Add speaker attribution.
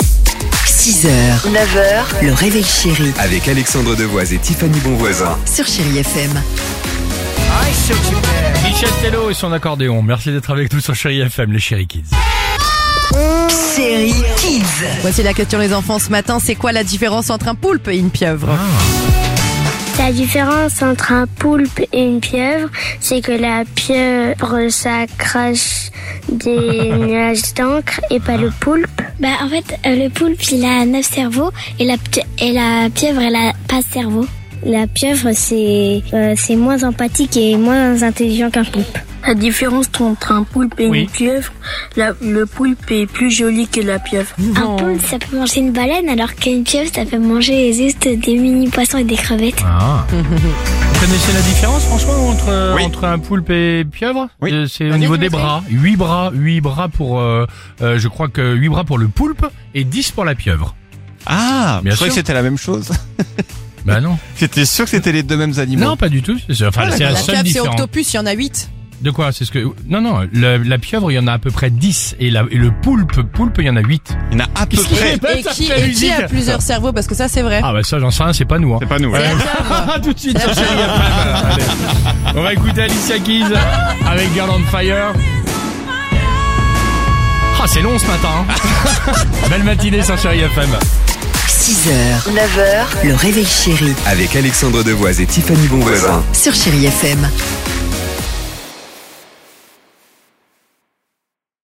Speaker 1: 6h, 9h, le réveil chéri
Speaker 2: Avec Alexandre Devoise et Tiffany Bonvoisin.
Speaker 1: sur Chérie FM.
Speaker 3: Michel Tello et son accordéon. Merci d'être avec nous sur Chéri FM, les Chéri Kids.
Speaker 1: Chérie Kids.
Speaker 4: Voici la question les enfants ce matin, c'est quoi la différence entre un poulpe et une pieuvre
Speaker 5: La différence entre un poulpe et une pieuvre, c'est que la pieuvre, ça crache des nuages d'encre et pas le poulpe. Bah, en fait, le poulpe, il a neuf cerveaux et la, et la pieuvre, elle a pas de cerveau. La pieuvre, c'est euh, c'est moins empathique et moins intelligent qu'un poulpe.
Speaker 6: La différence entre un poulpe et
Speaker 3: Oui.
Speaker 6: une pieuvre, la- le poulpe est plus joli que la pieuvre.
Speaker 5: Un poulpe, ça peut manger une baleine, alors qu'une pieuvre, ça peut manger juste des mini poissons et des crevettes.
Speaker 3: Ah. Vous connaissez la différence, franchement, entre, euh,
Speaker 2: Oui.
Speaker 3: entre un poulpe et une pieuvre
Speaker 2: Oui.
Speaker 3: Euh, C'est au niveau des bras. 8 bras, 8 bras pour, euh, euh, je crois que 8 bras pour le poulpe et 10 pour la pieuvre.
Speaker 7: Ah,
Speaker 3: Bien
Speaker 7: je croyais
Speaker 3: sûr.
Speaker 7: que c'était la même chose.
Speaker 3: Bah non.
Speaker 7: J'étais sûr que c'était les deux mêmes animaux.
Speaker 3: Non, pas du tout. C'est enfin, c'est la,
Speaker 4: La
Speaker 3: seule
Speaker 4: pieuvre c'est
Speaker 3: différence.
Speaker 4: octopus, il y en a 8.
Speaker 3: De quoi C'est ce que Non, non. La, la pieuvre, il y en a à peu près 10 et, la, et le poulpe, poulpe, il y en a 8.
Speaker 7: Il y en a à peu
Speaker 3: Qu'est-ce
Speaker 7: près.
Speaker 3: qu'il Ben,
Speaker 4: et
Speaker 3: ça
Speaker 4: qui,
Speaker 3: fait
Speaker 4: et qui a
Speaker 3: musique.
Speaker 4: plusieurs cerveaux Parce que ça c'est vrai.
Speaker 3: Ah bah ça, j'en sais rien. C'est pas nous. Hein.
Speaker 7: C'est pas nous.
Speaker 3: Ouais.
Speaker 7: hein.
Speaker 3: Ah, tout de suite sur Chéri FM. Allez. On va écouter Alicia Keys avec Girl on Fire. Ah, c'est long ce matin. hein. Belle matinée sur Chéri FM.
Speaker 1: 6h, 9h, le réveil chéri
Speaker 2: Avec Alexandre Devoise et Tiffany Bonvoisin.
Speaker 1: sur Chérie FM.